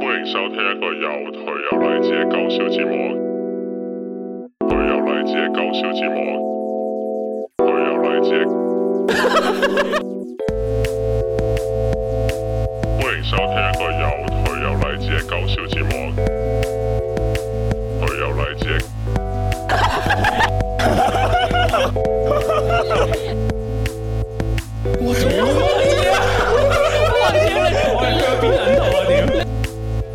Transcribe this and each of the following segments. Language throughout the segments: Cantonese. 歡迎收聽一個又頹又勵志嘅搞笑節目。頹又勵志嘅搞笑節目，頹又勵志嘅。 歡迎收聽一個又頹又勵志嘅搞笑節目。頹又勵志嘅。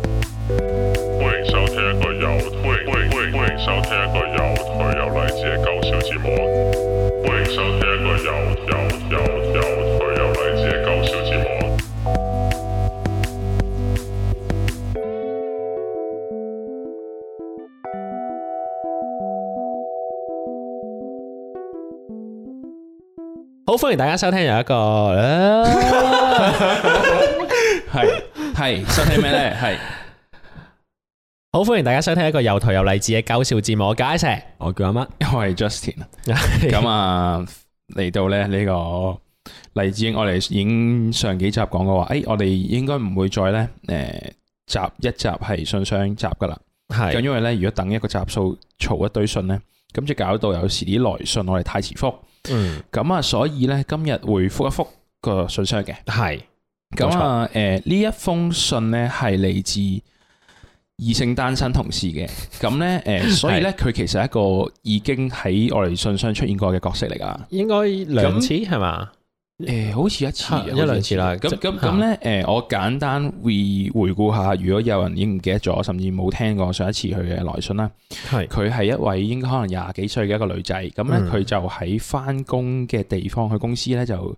歡迎收聽一個又歡迎歡迎歡迎歡迎收聽一個又頹又勵志嘅搞笑節目。歡迎收聽一個又又又又頹又勵志嘅搞笑節目。好，歡迎大家收聽有一個， 啊係，係，想睇咩呢？係。好歡迎大家收聽一個又頹又勵志嘅搞笑節目。我解釋，我叫阿乜，我係Justin。咁啊，嚟到呢，呢個黎智英，我哋已經上幾集講過話，哎，我哋應該唔會再呢，誒，集一集係信箱集㗎啦。係咁因為呢，如果等一個集數，嘈一堆信呢，咁就搞到有時啲來信我哋太遲覆。咁啊，所以呢，今日會覆一覆個信箱嘅。嗯係咁冇錯啊，誒呢一封信咧係嚟自異性單身同事嘅，咁咧 誒，所以咧佢其實係一個已經喺我哋信箱出現過嘅角色嚟㗎。應該兩次係嘛？誒、好似一次啊，一兩次啦好似一次即咁咁咁咧，誒，我簡單回回顧下，如果有人已經唔記得咗，甚至冇聽過上一次佢嘅來信啦。係佢係一位應該可能廿幾歲嘅一個女仔，咁咧嗯佢就喺翻工嘅地方，佢公司咧就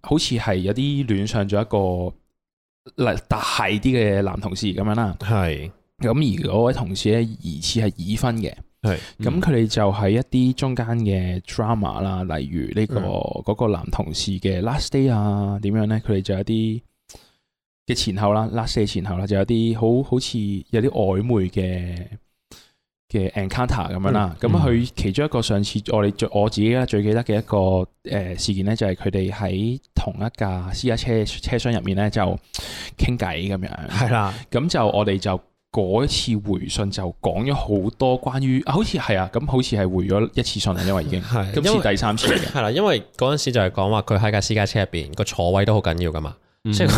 好似係有啲戀上咗一個嗱大啲嘅男同事咁樣啦。係咁而嗰位同事咧疑似係嗯已婚嘅，係咁佢哋就喺一啲中間嘅 drama 啦，例如呢、嗯個嗰、個男同事嘅 last day 啊，點樣咧？佢哋就有啲嘅前後啦，last day 前後啦，就有啲好好似有啲曖昧嘅嘅 encounter 咁樣啦。咁嗯佢、其中一個上次我哋最我自己咧最記得嘅一個誒、呃事件咧，就係佢哋喺同一架私家車車廂入面咧就傾偈咁樣。係啦，咁就我哋就嗰一次回信就講咗好多關於，啊好似係啊，咁好似係回咗一次信啊，因為已經係因今次為第三次嚟嘅，係啦，因為嗰陣時就係講話佢喺架私家車入邊個坐位都好緊要噶嘛，即係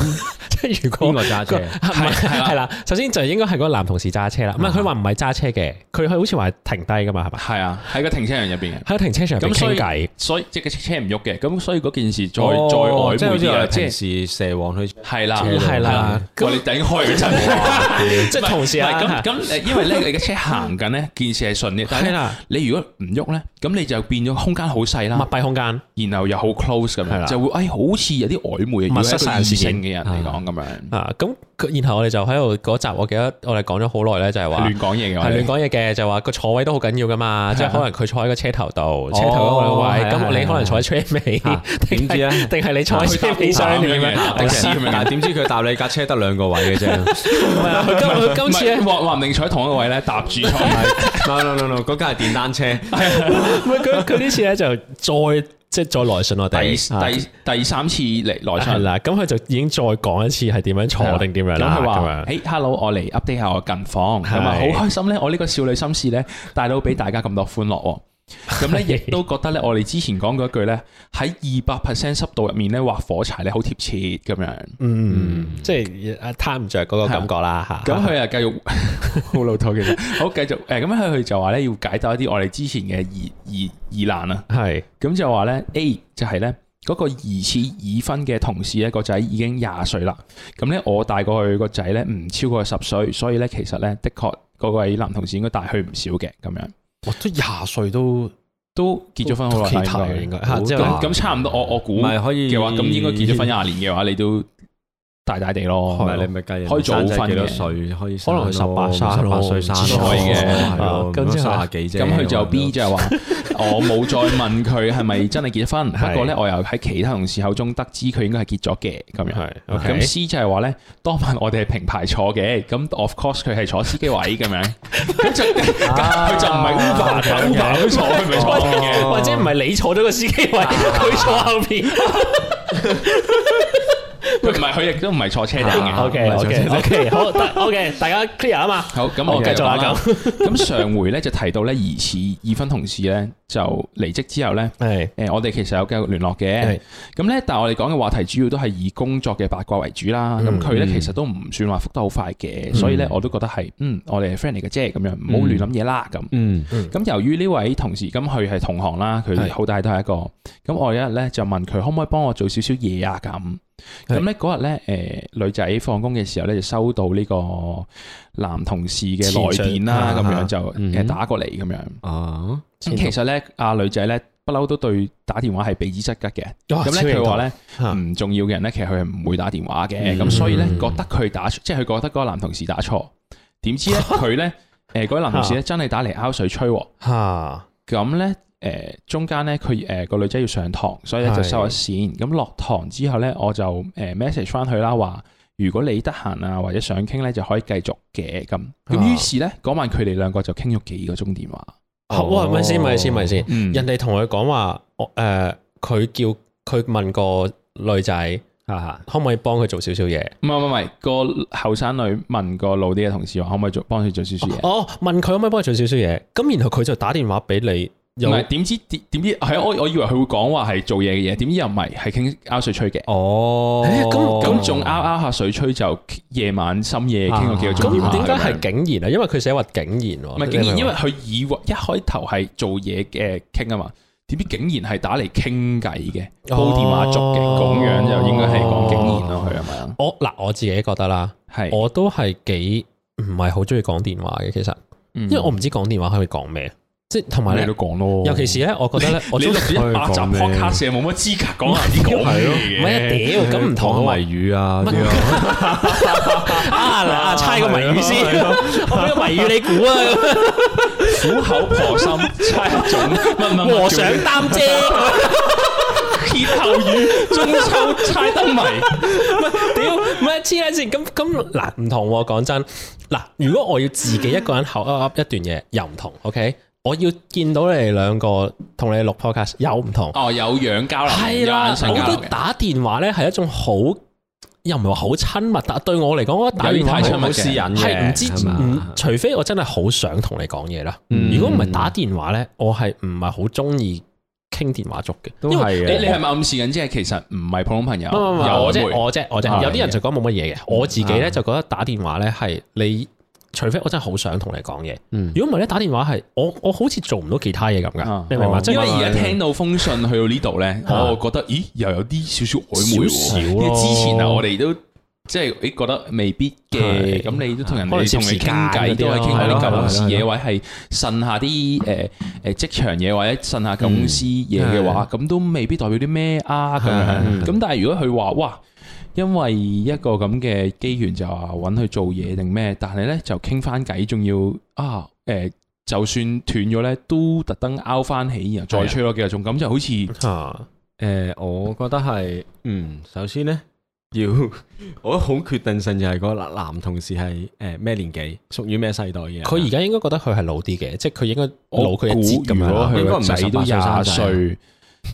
即係如邊果個揸車？係係啦，首先就應該係嗰個男同事揸車啦，唔係佢話唔係揸車嘅，佢好似話係停低噶嘛，係嘛？係啊，喺個停車場入邊嘅。喺停車場入邊咁所傾以偈，所以即係個車唔喐嘅，咁所以嗰件事再再哦即曖係好昧似啲我啊，哋即平係時射往去係啦，車度係啦咁哇你頂開佢真係， 即係同時啊，唔係咁咁誒，因為咧你嘅車 行緊咧，件事係順嘅，但係係呢啦，你如果唔喐咧，咁你就變咗空間好細啦密，閉空間。然後又好 close 咁係樣，啦就會誒好似有啲曖昧，如果密室係一個殺人異事件性嘅人嚟講咁樣。啊，咁佢然後我哋就喺度嗰集，我記得我哋講咗好耐咧，就係話亂講嘢嘅，我係亂哋講嘢嘅，就話個坐位都好緊要噶嘛，即係可能佢坐喺個車頭度，車頭嗰個位，哦係啊係啊咁你可能坐喺車尾，啊定點知係啊定係你坐喺車尾上定點樣？的士咁但樣係。點知佢搭你架車得兩個位嘅啫唔係啊佢今佢今次咧唔係，話話唔定坐喺同一個位咧，搭 住坐。 ？No no no no，嗰架係電單車，唔係佢佢呢次咧就再即係再來信我第哋，啊第第三次嚟來係信，啊啦，咁佢就已經再講一次係點樣坐定點樣啦，咁佢咁話：，樣誒，hello，我嚟 update 下我近況，咁啊，係好開心咧！我呢個少女心事咧，帶到俾大家咁多歡 樂喎。咁咧，亦都覺得咧，我哋之前講嗰句咧，喺二百 percent 濕度入面咧，畫火柴咧，好貼切咁樣。嗯，即係啊攤唔着嗰個感覺啦嚇。咁佢啊繼續 好老土其實，好繼續誒，咁佢佢就話咧要解答一啲我哋之前嘅疑疑疑難啊。係咁就話咧 A 就係咧嗰個疑似已婚嘅同事咧個仔已經廿歲啦，咁咧我大過佢個仔咧唔超過十歲，所以咧其實咧的確嗰位男同事應該大佢唔少嘅咁樣，我都廿歲都都結咗婚好都耐幾大啦嘅應應該該嚇即係咁咁差唔多，我我唔估嘅係可以話咁應該結咗婚廿年嘅話，你都大大地咯，唔係你咪計人可以早生仔婚嘅幾多歲？可以生可能佢咯18生十八歲生咯可以嘅係咯啊咁咁之後卅幾啫。咁佢就 B 就係話， 我冇再問佢係咪真係結咗婚，不過咧我又喺其他同事口中得知佢應該係結咗嘅咁樣。係咁 OK。 C 就係話咧，當晚我哋係平排坐嘅，咁 of course 佢係坐司機位咁樣， 咁就咁佢就唔係啊 Uber 啊哦咁樣 Uber 都坐，佢咪坐嘅。 或 者唔係你坐咗個司機位，佢坐後邊。唔係佢亦都唔係坐車頂嘅。啊 O K O K O K，好，O K，大家 clear 啊嘛。好，咁我繼繼續續講啦啦。咁上回咧就提到咧，疑似已婚同事咧就離職之後咧，係誒、呃我哋其實有繼續聯絡嘅係。咁咧，但係我哋講嘅話題主要都係以工作嘅八卦為主啦。咁嗯佢咧嗯其實都唔算話覆得好快嘅，所以咧我都覺得係嗯，我哋係 friend 嚟嘅啫，咁樣唔好亂諗嘢啦咁。嗯，咁由於呢位同事咁佢係同行啦，佢係好大都係一個。咁我有一日咧就問佢可唔可以幫我做少少嘢啊咁。咁咧嗰日咧誒女仔放工嘅時候咧就收到呢個男同事嘅來電啦，前咁信樣就嗯誒打過嚟咁樣。啊，咁其實咧阿女仔咧不嬲都對打電話係避之則吉嘅。哇咁咧佢話，咧啊超認同唔重要嘅人咧其實佢係唔會打電話嘅。嗯咁所以咧覺得佢打即係佢覺得嗰個男同事打錯，點知咧佢咧誒嗰位男同事咧真係打嚟拗水吹喎。嚇咁咧，誒、中間咧，佢誒個女仔要上堂，所以咧係就收咗線。咁落堂之後咧，我就誒 message 翻佢啦，話如果你得閒啊，或者想傾咧，就可以繼續嘅。咁咁啊於是咧，嗰晚佢哋兩個就傾咗幾個鐘電話。嚇哇！啊咪先咪先咪先，嗯人哋同佢講話，我誒佢叫佢問個女仔哈哈，可唔可以幫佢做少少嘢？唔係唔係唔係，個後生女問個老啲嘅同事話，可唔可以做幫佢做少少嘢？哦，問佢可唔可以幫佢做少少嘢？咁然後佢就打電話俾你，又唔係點知點點知係我我以為佢會講話係做嘢嘅嘢，點知又唔係，係傾拗水吹嘅。哦，誒咁咁仲拗拗下水吹就夜晚深夜傾過幾個鐘電咁話。點解咁樣係竟然啊？因為佢寫話竟然唔喎，係竟然，因為佢以為一開頭係做嘢嘅傾啊嘛，點知竟然係打嚟傾偈嘅，煲電話粥嘅，咁樣就應該係講竟然咯，佢係咪啊？我嗱我自己覺得啦，係，我都係幾唔係好中意講電話嘅，其實，因因為我唔知講電話可以講咩，即係同埋嗯你咧都，講咯，尤其是咧，我覺 得咧，我你中錄咗一百集可以講咩 podcast 又冇乜資格講下 啲講嘢唔嘅，係啊屌，咁唔同啊講嘛維語啊，啲啊啊嗱啊，猜個謎語先， 我俾個謎語你估啊，苦口婆心猜中，唔咁 唔樣和尚擔遮。歇後語，中秋猜得迷，屌，唔係黐撚線，咁咁嗱唔同喎，講真，嗱如果我要自己一個人口噏噏一段嘢，又唔同，OK？我要見到你哋兩個同你錄 podcast 又唔同， 哦有樣交流，係有啦眼，神我交覺流得嘅打電話咧係一種好，又唔係話好親密，但對我嚟講，我覺得打電話有啲太親密好嘅好私隱嘅，係唔知係嘛唔，除非我真係好想同你講嘢啦。嗯如果唔係打電話咧，我係唔係好中意傾電話粥嘅，都因為係你你嘅，係咪暗示緊即係其實唔係普通朋友，唔唔唔，有我即啫我啫我啫，啊有啲人就講冇乜嘢嘅，我自己咧啊就覺得打電話咧係你，除非我真係好想同你講嘢，嗯如果唔係咧打電話係我我好似做唔到其他嘢咁噶啊，你明唔明啊？哦即因係為話而家聽到封信去到呢度咧，我覺得咦又有啲少少曖昧少少喎。因為咯之前啊，我哋都即係咦覺得未必嘅，係咁你都同人可能哋涉同時你間傾偈都係傾下啲舊嗰啲咯係咯同事係嘢，咯或者係呻下啲誒誒職場嘢，或者呻下舊公司嘢嘅話，咁都未必代表啲咩啊咁樣。係咁但係如果佢話哇，因為一個咁嘅機緣就話揾佢做嘢定咩，但係咧就傾翻偈，仲要啊誒。就算斷咗咧，都特登拗翻起，然後再吹多幾個鐘，咁就好似啊誒，我覺得係，嗯，首先咧要，我覺得好決定性就係個男男同事係誒咩年紀，屬於咩世代嘅人啊，佢而家應該覺得佢係老啲嘅，即係佢應該老我佢一截咁估樣如果啦。佢應該個唔係仔都廿18歲歲，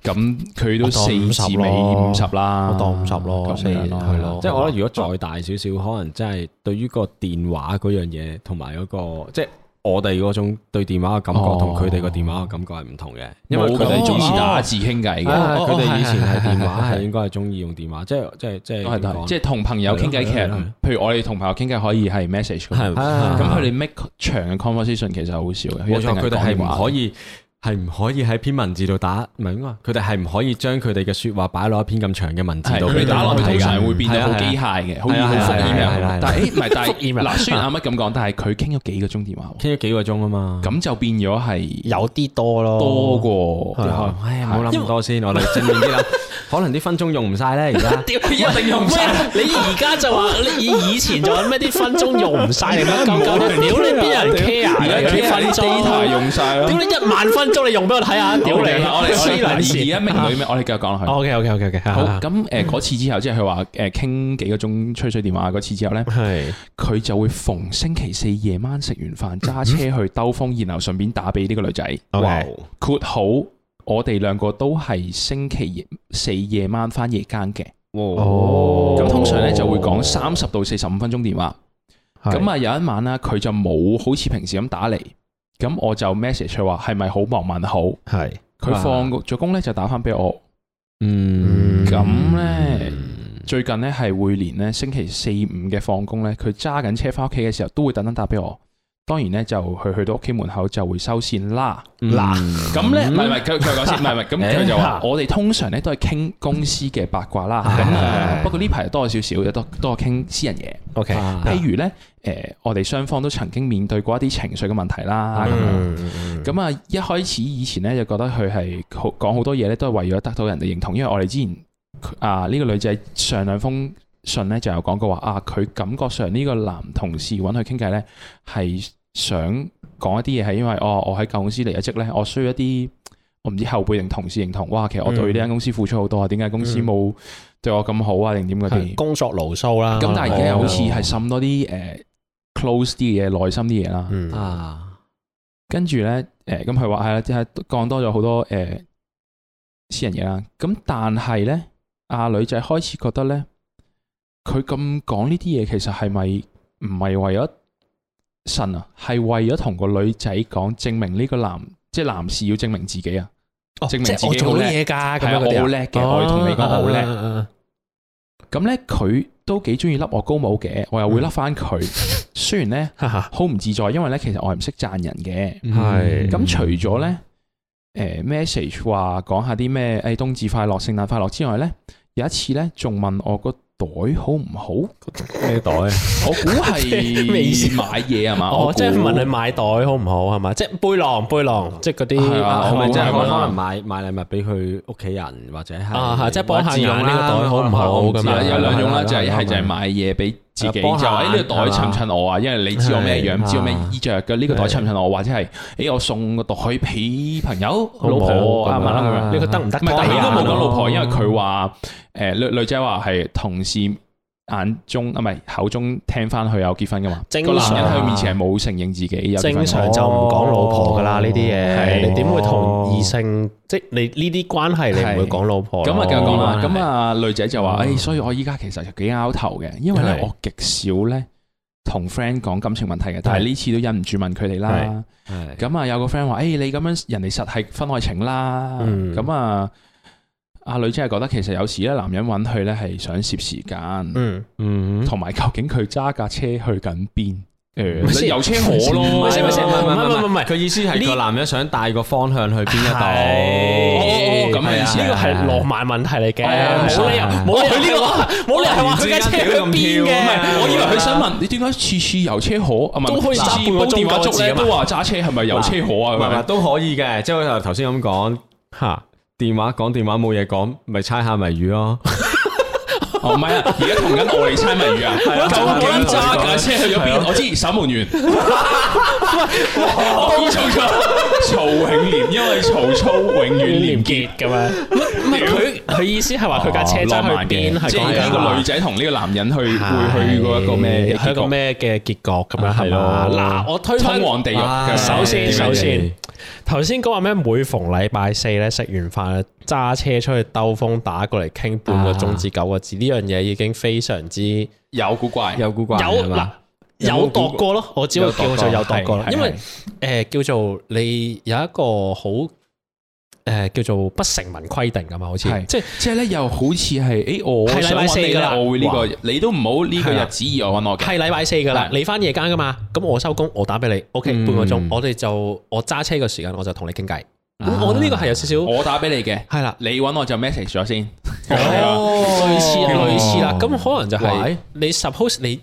咁佢都我當四50字尾咯五十啦，我當50咯咁樣咯，係咯即係我覺得如果再大少少，可能真係對於個電話嗰樣嘢，同埋嗰個即係我哋嗰種對電話嘅感覺，哦同佢哋個電話嘅感覺係唔同嘅，因因為為佢佢哋哋中中意意打打。字傾偈係啊嘅，哦佢哋以前哦係係電係話係係係應該係中意用電話，即係即係即係都係點得講即係同朋友傾偈，其係實咯係咯譬如我哋同朋友傾偈可以係 message 咁係啊咁佢哋 make 長嘅 conversation 其實好少嘅，冇錯，佢哋係唔可以以係唔可以喺篇文字度打，唔係應該話佢哋係唔可以將佢哋嘅説話擺落一篇咁長嘅文字係度佢俾哋打落去，睇通常㗎會變係到啊好係啊機械嘅，好係易啊好係啊覆係啊係啊係 email 啊。但係誒唔 係，但覆 email 係嗱，雖然阿乜咁講，但係佢傾咗幾個鐘電話喎，傾咗幾個鐘啊嘛。咁就變咗係有啲多咯，多過係啊唉，唔好諗咁多先，我哋正 面啲諗，可能啲分鐘用唔晒咧，而家屌，一定用唔晒。你而家就話你以以前就話咩啲分鐘用唔晒，你乜鳩鳩啫？屌你邊人 care 而家啊幾幾分分鐘 data？用晒咯屌。你一萬分鐘你用俾我睇下，屌你！我哋黐我撚哋線而家明女咩？我哋繼續講落去。 O K O K O K O K，好，咁嗯誒嗰次之後，即係佢話誒傾幾個鐘吹水電話嗰次之後 咧，係佢就會逢星期四夜晚食完飯揸車去兜風，然後順便打俾呢個女仔。哇嗯 OK 括好，我哋兩個都係星期夜四夜晚翻夜更嘅，哦咁通常咧就會講三十到四十五分鐘電話。咁咁啊，啊有一晚啦，佢就冇好似平時咁打嚟，咁我就 message 佢話係咪好忙問好。系佢啊放咗工咧就打翻俾我。嗯咁咧最近咧係會連咧星期四五嘅放工咧，佢揸緊車翻屋企嘅時候都會特登打俾我。當然咧就佢去到屋企門口就會收線啦。嗯嗱，咁咧，唔係唔係，佢佢講先，唔係 唔係，咁佢就話誒我哋通常咧都係傾公司嘅八卦啦。係咁啊不過呢排多咗少少，有多多傾私人嘢。 ，OK，啊譬如咧，誒，我哋雙方都曾經面對過一啲情緒嘅問題啦。咁樣嗯咁啊，一開始以前咧就覺得佢係好講好多嘢咧，都係為咗得到人哋認同。因為我哋之前啊呢個女仔上兩封信咧就有講過話啊，佢感覺上呢個男同事揾佢傾偈咧係想講一啲嘢，係因為哦我喺舊公司離咗職咧，我需要一啲我唔知後輩定同事認同。哇，其實我對呢間公司付出好多啊，點解公司冇對我咁好啊？定點嗰係啲？工作牢騷啦，咁但係而家又好似係哦滲多啲誒 close 啲嘅嘢，內心啲嘢啦。嗯啊，跟住咧，誒咁佢話係啦，即係降多咗好多誒、呃私人嘢啦。咁但係咧，阿女仔開始覺得咧，佢咁講呢啲嘢，其實係咪唔係為咗神啊？係為咗同個女仔講，證明呢個男即係男士要證明自己啊！哦證明即係自己我做好到叻嘢㗎，咁係啊樣嗰啲啊我好叻嘅，我要同你講我好 叻。叻，咁咧，佢都幾中意笠我高帽嘅，我嗯又會笠翻佢。雖然咧哈哈好唔自在，因為咧其實我係唔識讚人嘅。係咁除咗咧，誒 message 話講下啲咩誒冬至快樂、聖誕快樂之外咧，有一次咧仲問我個袋好唔好，我咩袋？估係咩意思買嘢係嘛？哦，即係啊估問你買袋好唔好係嘛？即係背囊背囊，即係嗰係啊啲係咪我即係我可我能買買禮物俾佢屋企人，或者係啊係即係幫下眼自用啦呢個啊袋好唔好我知咁啦樣有有兩種啦，係就係一係就係係買嘢俾自己，係就幫下話誒呢個袋係襯唔嘛襯我啊，因為你知我咩樣，係知我咩衣着嘅，呢個袋係襯唔襯我，或者係誒我送個袋俾朋友好老唔好婆啱唔啱咁咁樣樣？呢個得唔得唔係，但㗎係應該冇講老婆，係因啊為佢話誒嗯女女仔話係同事眼中啊，唔係口中聽翻佢有結婚噶嘛。正個常男人喺佢面前係冇承認自己有正結婚㗎嘛常就唔講老婆㗎啦，哦呢啲嘢係你點會同異性即係你呢啲關係你唔會講老婆咁啊，繼續講啦。哦咁啊，女仔就話：，哦誒，所以我依家其實就幾拗頭嘅，因為咧嗯係我極少咧同 friend 講感情問題嘅，但係呢次都忍唔住問佢哋啦。係咁啊，有個 friend 話：，誒，你咁樣人哋實係婚外情啦。嗯咁啊，阿女仔係覺得其實有時咧，男人揾佢咧係想攝時間。嗯，嗯同埋究竟佢揸架車去緊邊？誒、嗯咪先有車我咯，咪唔先係咪唔先係唔係唔唔係係，佢意思係呢個男人想帶個方向去邊一係度。嗯哦咁嘅意思呢個係啊浪漫問題嚟嘅，哦冇理由係冇理由佢呢個冇理由啊係話佢架車去邊突然之間屌咁跳嘅啊嘛，我以為佢想問你點解次次油車河啊？唔係都可以揸次次半個煲鐘電話嗰個粥字咧啊嘛都話揸車係咪油車河啊？唔係唔係咁都可以嘅，即係好似頭先咁講，嚇電話講電話冇嘢講，咪猜下謎語咯。樣哦，唔係啊！而家同緊我哋猜謎語啊！究竟揸架車去咗啊邊？我知守 門員。我講錯咗，曹永廉，因為曹操永遠廉潔。結咁樣，唔係佢佢意思係話佢架車啊揸去邊係即講係呢緊個女仔同呢個男人去會去嗰一個咩係結一個局？啊咩嘅結局咁樣係咯。係咯嗱，我推翻通往地獄嘅。首先點樣首嘢先，頭先講話咩？每逢禮拜四咧食完飯揸車出去兜風打過嚟傾半個鐘至九個字，呢樣嘢已經非常之。有古怪，有古怪有係嗱嘛，有度過咯，我只會叫做有度過有度過啦係，因為係誒叫做你有一個好誒叫做不成文規定噶嘛，好似係即係即係咧，又好似係，誒，我係禮想拜揾四你㗎啦，啦我會呢哇個，你都唔好呢個日子而我揾我嘅，係禮拜四噶啦，係你翻夜間噶嘛，咁我收工我打俾你，OK 嗯半個鐘，我哋就我揸車嘅時間我就同你傾偈，咁我覺得呢個係有少少我打俾你嘅，係啦。你揾我就 message 咗先。係啊哦，類似啊，類似啦。咁可能就係喂你 suppose 你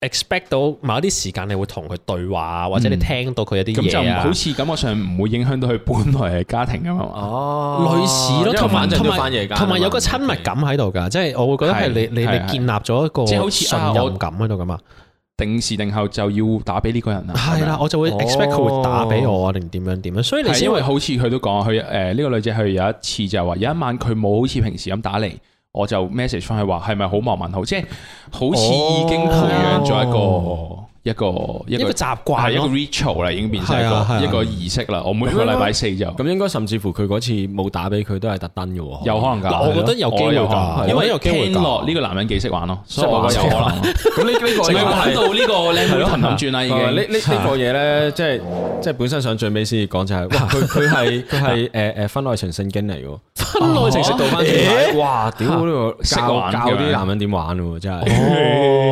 expect 到某一啲時間，你會同佢對話啊，或者你嗯聽到佢有啲咁就嘢唔啊好似感覺上唔會影響到佢本來嘅家庭啊嘛。哦類似咯，同埋同埋同埋有個親密感喺度㗎，即係我會覺得係你係你係你建立咗一個即係好似信啊我任感喺度㗎嘛。定時定候就要打俾呢個人啊。係啦，我就會哦 expect 佢會打俾我啊，定點樣點樣，所以係咪，你係先因為會好似佢都講，佢誒呢個女仔佢有一次就係話，有一晚佢冇好似平時咁打嚟。我就 message 翻去話係咪好忙問好，即係好似已經培養咗一個一個一哦一個個習慣係一個咯。 ritual 啦，已經變成一係啊係啊個一個儀式啦。我每個禮拜四就咁應該甚至乎佢嗰次冇打俾佢都係特登嘅喎，有可能㗎。嗱我覺得有機會㗎我有可能係我因覺得為有機會㗎聽落呢個男人幾識玩咯，所以我覺得識有玩可能。咁呢呢個你應該玩係到呢個靚女氹氹轉啦，已哦呢呢經。呢個嘢咧，即係即係本身想最尾先至講就係， 哇！佢佢係佢係誒誒婚愛情聖經嚟嘅，分內情食到倒翻轉頭，哇！屌呢個識教玩教嘅啲男人點玩喎，真係，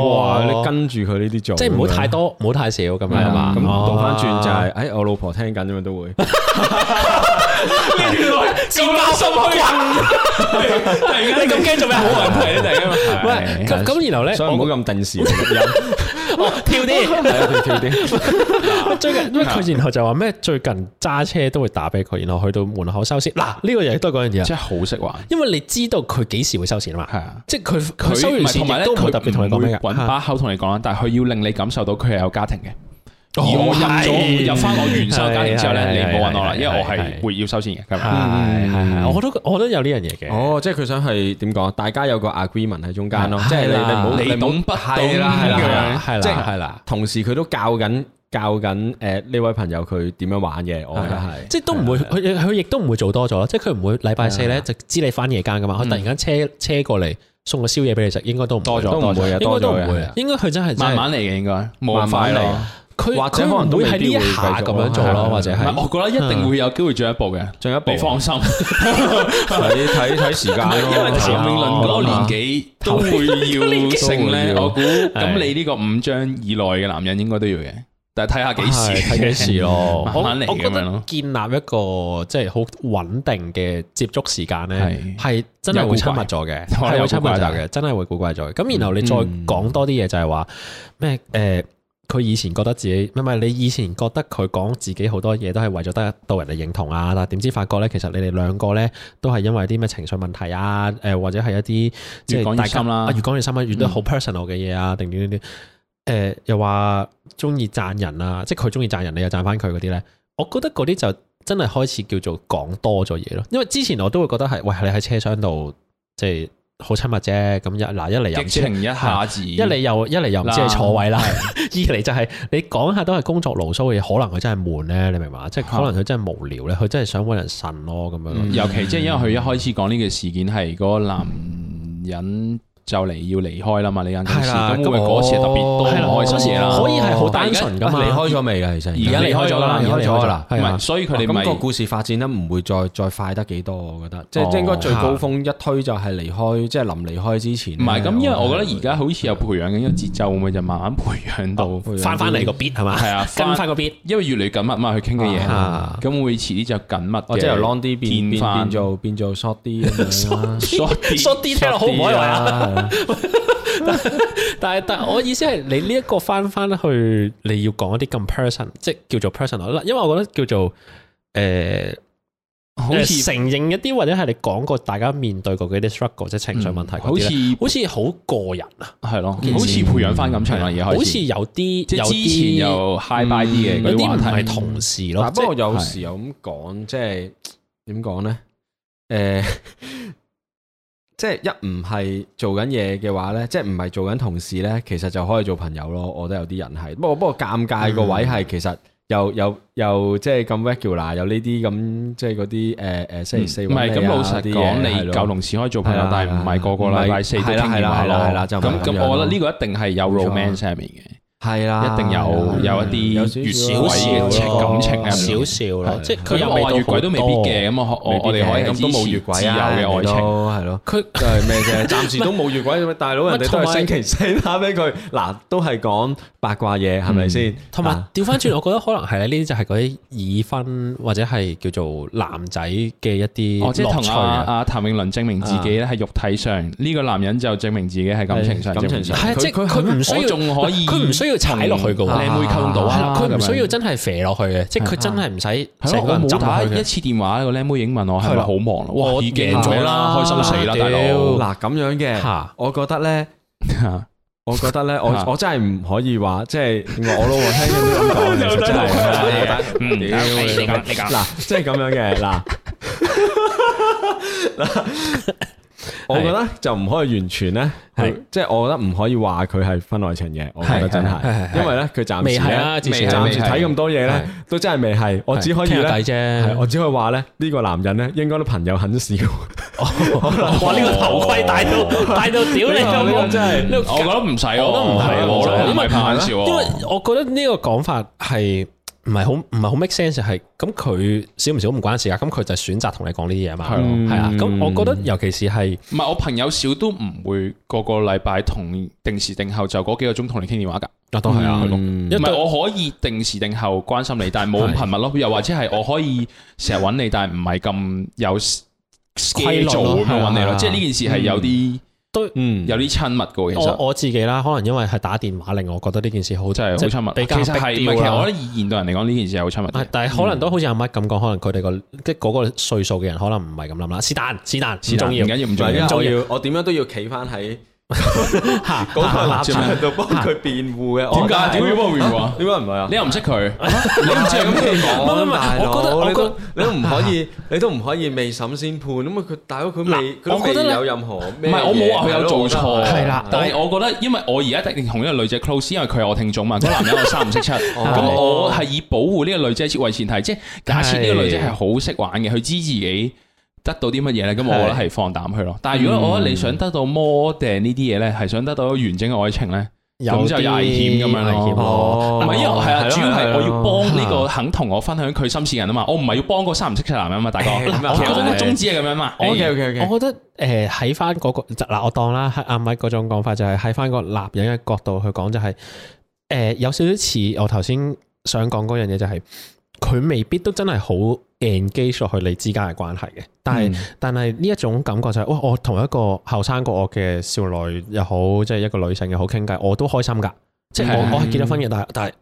哦哇！你跟住佢呢啲做，即係唔好太多，唔好太少咁樣係係嘛嘛？，咁倒翻轉就係係，誒我老婆聽緊咁樣都會，咁加心啊突然間你咁驚做咩？冇人提啊你突然間。喂，咁咁然後咧，所以唔好 咁定時錄我跳啲。音，跳啲。 最近因為佢然後就話咩最近揸車都會打俾佢，然後去到門口收線。嗱呢個亦都係嗰樣嘢真啊，係好識玩。因為你知道佢幾時會收線啊係嘛。啊。即係佢佢收完唔係同埋線亦咧，都唔佢會特別同你講咩唔會㗎。揾把口同你講啦，但係佢要令你感受到佢係有家庭嘅。而哦我入咗係入翻我原生家庭之後咧，係你唔好揾我啦，係因為我係係會要收錢嘅。咁係樣係嗯係，我都我都有呢樣嘢嘅。哦，即係佢想係點講？大家有個 agreement 喺中間咯，係即係你係你唔好啦你唔好懂不懂係啦係啦係啦係啦即係係啦，同時佢都教緊教緊誒呢位朋友佢點樣玩嘅，我覺得係。即係都唔會，佢佢亦都唔會做多咗咯。即係佢唔會禮拜四咧就知你翻夜間噶嘛，佢突然間車車過嚟送個宵夜俾你食，應該都唔會多咗都唔會應啊，該都唔多咗嘅會啊。。應該佢真係慢慢嚟嘅應該，冇慢咁快慢嚟咯。佢或者佢可能唔都會未喺呢必一會繼下續咁樣做係咯，係或者唔係係我覺得一定會有機會進一步嘅，進一步你放心。睇睇睇時間咯，因為譚詠麟嗰個年紀 都會要性咧，都會要我估咁你呢個五張以內嘅男人應該都要嘅，但係睇下幾係時，睇幾時 咯。慢慢嚟我我覺咁樣咯得建立一個即係好穩定嘅接觸時間咧，係係真係會親密咗嘅， 有古係怪有會古親密怪咗就嘅，真係會古怪咗嘅。咁然後你再講多啲嘢就係話咩誒？佢以前覺得自己唔係唔係你以前覺得佢講自己好多嘢都係為咗得到人哋認同啊，但係點知發覺咧，其實你哋兩個咧都係因為啲咩情緒問題啊，誒、或者係一啲即越係講越大家深啦啊越講越深啊，越多好 personal 嘅嘢啊，定點點點誒，又話中意讚人啊，即係佢中意讚人，你又讚翻佢嗰啲咧，我覺得嗰啲就真係開始叫做講多咗嘢咯，因為之前我都會覺得係喂你喺車廂度即係好親密啫，咁一嗱一嚟又 激唔知情一下子，一嚟又一嚟又唔知你坐位啦， 二嚟就係你講下都係工作牢騷嘅嘢，可能佢真係悶咧，你明嘛？即係可能佢真係無聊咧，佢真係想揾人呻咯咁樣咯。尤其即係因為佢一開始講呢個事件係嗰個男人就嚟要離開啦嘛，呢間公司係啦咁會唔會咁嗰時係特別多係啦唔開心啊嘢啦？可以係好單純啊噶嘛離開咗未㗎？其實而家離開咗啦，離開咗啦。唔係啊係，，所以佢哋咪咁個故事發展得唔會再再快得幾多，我覺得，即係哦即係應該最高峰一推就係離開，即係臨離開之前。啊哦唔啊係咁，因為我覺得而家好似有培養緊一個節奏，會唔會就慢慢培養到？啊翻翻嚟個 beat 係嘛？啊 係啊 跟翻個 beat。因為越嚟越緊密嘛，佢傾嘅啊嘢，咁會遲啲就緊密我嘅，哦即係由 long 啲變變變變翻做變做 short 啲咁 樣啦 short 啲 short 啲聽落好唔可以話啊！係啊但係但係我意思係你呢一個翻翻去，你要講一啲咁 person，即係叫做 personal 啦。因為我覺得叫做誒，好好似承認一啲或者係你講過大家面對過嗰啲 struggle 即係情緒問題嗰嗯好啲似咧，好似好個人啊。係咯，件事嗯好似培養翻感情啦，而家開始好似有啲即有係之啲嗯前又 high by 啲嘅有嗰啲啲唔話題係，同事嗱咯，不過即係有時又咁講，即係點講咧？誒、即係一唔係做緊嘢嘅話咧，即係唔係做緊同事咧，其實就可以做朋友咯。我覺得有啲人係，不過不過尷尬個位係其實又又又即係咁 regular，有呢啲咁即係嗰啲誒誒星期四唔係咁老實實講，你舊同事可以做朋友係，啦但係唔係個個禮拜四都傾係電啦話係啦係咯。啦就唔係咁咁樣咁，咯我覺得呢個一定係有冇錯 romance 喺入面嘅，係啦，一定有有一啲越少少位嘅情感情啊少少咯，即係佢佢又又未話到越軌都未必嘅，咁我我我哋可以咁咁都都冇冇越越軌軌啊，啊嘅愛情。係咯，佢都係咩啫？暫時都冇越軌，大佬人哋都同係埋星期四打俾佢，嗱都係講八卦嘢，係咪先？同埋啊調翻轉，我覺得可能係咧，呢啲就係嗰啲已婚或者係叫做男仔嘅一啲 哦，即係樂同趣阿啊。阿譚詠麟證明自己咧係肉體上，呢個男人就證明自己係感情上，係感情上係啊即係佢佢唔需要，我仲可以佢唔需要踩落去嘅同喎，靚妹溝通到啊係啦佢唔咁樣需要真係肥落去嘅，即係佢真係唔使係咯，成個我人浸冇打落去一嘅。次電話，個靚妹已經問我係咪好忙啦？哇，我已經贏咗啦開心死啦，大屌佬！嗱咁樣嘅嚇，我覺 得咧，我覺得咧，我啊我真係唔可以話，即係我老婆聽咗 都咁講，其實真係嗯係屌你你講你 講 嗱，即係咁樣嘅嗱。我覺得就唔可以完全咧，係即係我覺得唔可以話佢係婚外情嘅，我覺得真係係係係，係因為咧佢暫時未係啊咧，至少暫時睇咁多嘢咧，都真係未係，我只可以傾下偈咧。啫係，。我只可以話咧，呢個男人咧，應該都朋友很少。哇！呢個頭盔戴到戴到屌你老呢母個真係呢個我覺得唔使喎，我覺得唔使喎我覺得唔因為係潘少喎，因為我覺得呢個講法係唔係好唔係好 make sense 係咁佢少唔少唔關事啊，咁佢就選擇同你講呢啲嘢嘛，係咯係啊，嗯咁我覺得尤其是係唔係我朋友少都唔會個個禮拜同定時定候就嗰幾個鐘同你傾電話㗎。啊都係啊，唔嗯因為係我可以定時定候關心你，但係冇咁頻密咯。又或者係我可以成日揾你，但係唔係咁有 schedule 咁樣揾你係咯。啊即係呢件事係有啲嗯，有啲親密嘅喎，其實我我自己啦，可能因為係打電話令我覺得呢件事好真係好親密。比較其實係唔係？逼其調實啦我覺得以現代人嚟講，呢件事係好親密嘅啊。但係可能都好似阿乜咁講，可能佢哋個即係嗰個歲數嘅人，可能唔係咁諗啦。是但，是但，唔是但重要唔緊要，唔唔係啊重因要重要為。我要我點樣都要企翻喺 嚇嗰個立嚇場度幫佢辯護嘅。我點解？但係點解要幫我 review 啊？點解唔係啊？你又唔識佢， 你唔知係咁樣講。唔係唔係大佬我覺得我你覺都你都唔可以，你都唔可以未審先判咁啊！佢大佬佢未，佢都我覺得未咧有任何唔唔係，我冇話佢有做錯，係啦但係我覺得，因為我而家一定同呢個女仔 close，因為佢係我聽眾嘛，嗰個男人我三唔識七，咁我係以保護呢個女仔為前提，即係假設呢個女仔係好識玩嘅，佢知自己得到啲乜嘢咧，咁我覺得係放膽去嗯咯。但係如果我覺得你想得到 more than 呢啲嘢咧，係想得到完整嘅愛情咧，咁就有危險咁樣危險咯。哦唔係，因為係啊，主要係我要幫呢係個咯肯同我分享佢心事嘅人啊嘛，嗯我唔係要幫嗰三唔識七男人啊嘛，大 哥。誒咁嗱啊我覺得係個宗旨係咁樣嘛。哎 O K O K O K，我覺得誒呃喺翻嗰個嗱，我當啦，阿米嗰種講法就係喺翻個男人嘅角度去講，就係誒有少少似我頭先想講嗰樣嘢，就係佢未必都真係好 engage 落去你之間嘅關係嘅，但係但係呢一種感覺就係哇，我同一個後生過我嘅少女又好，即係一個女性又好傾偈，我都開心㗎。即係嗯我我係結咗婚嘅，但係 但係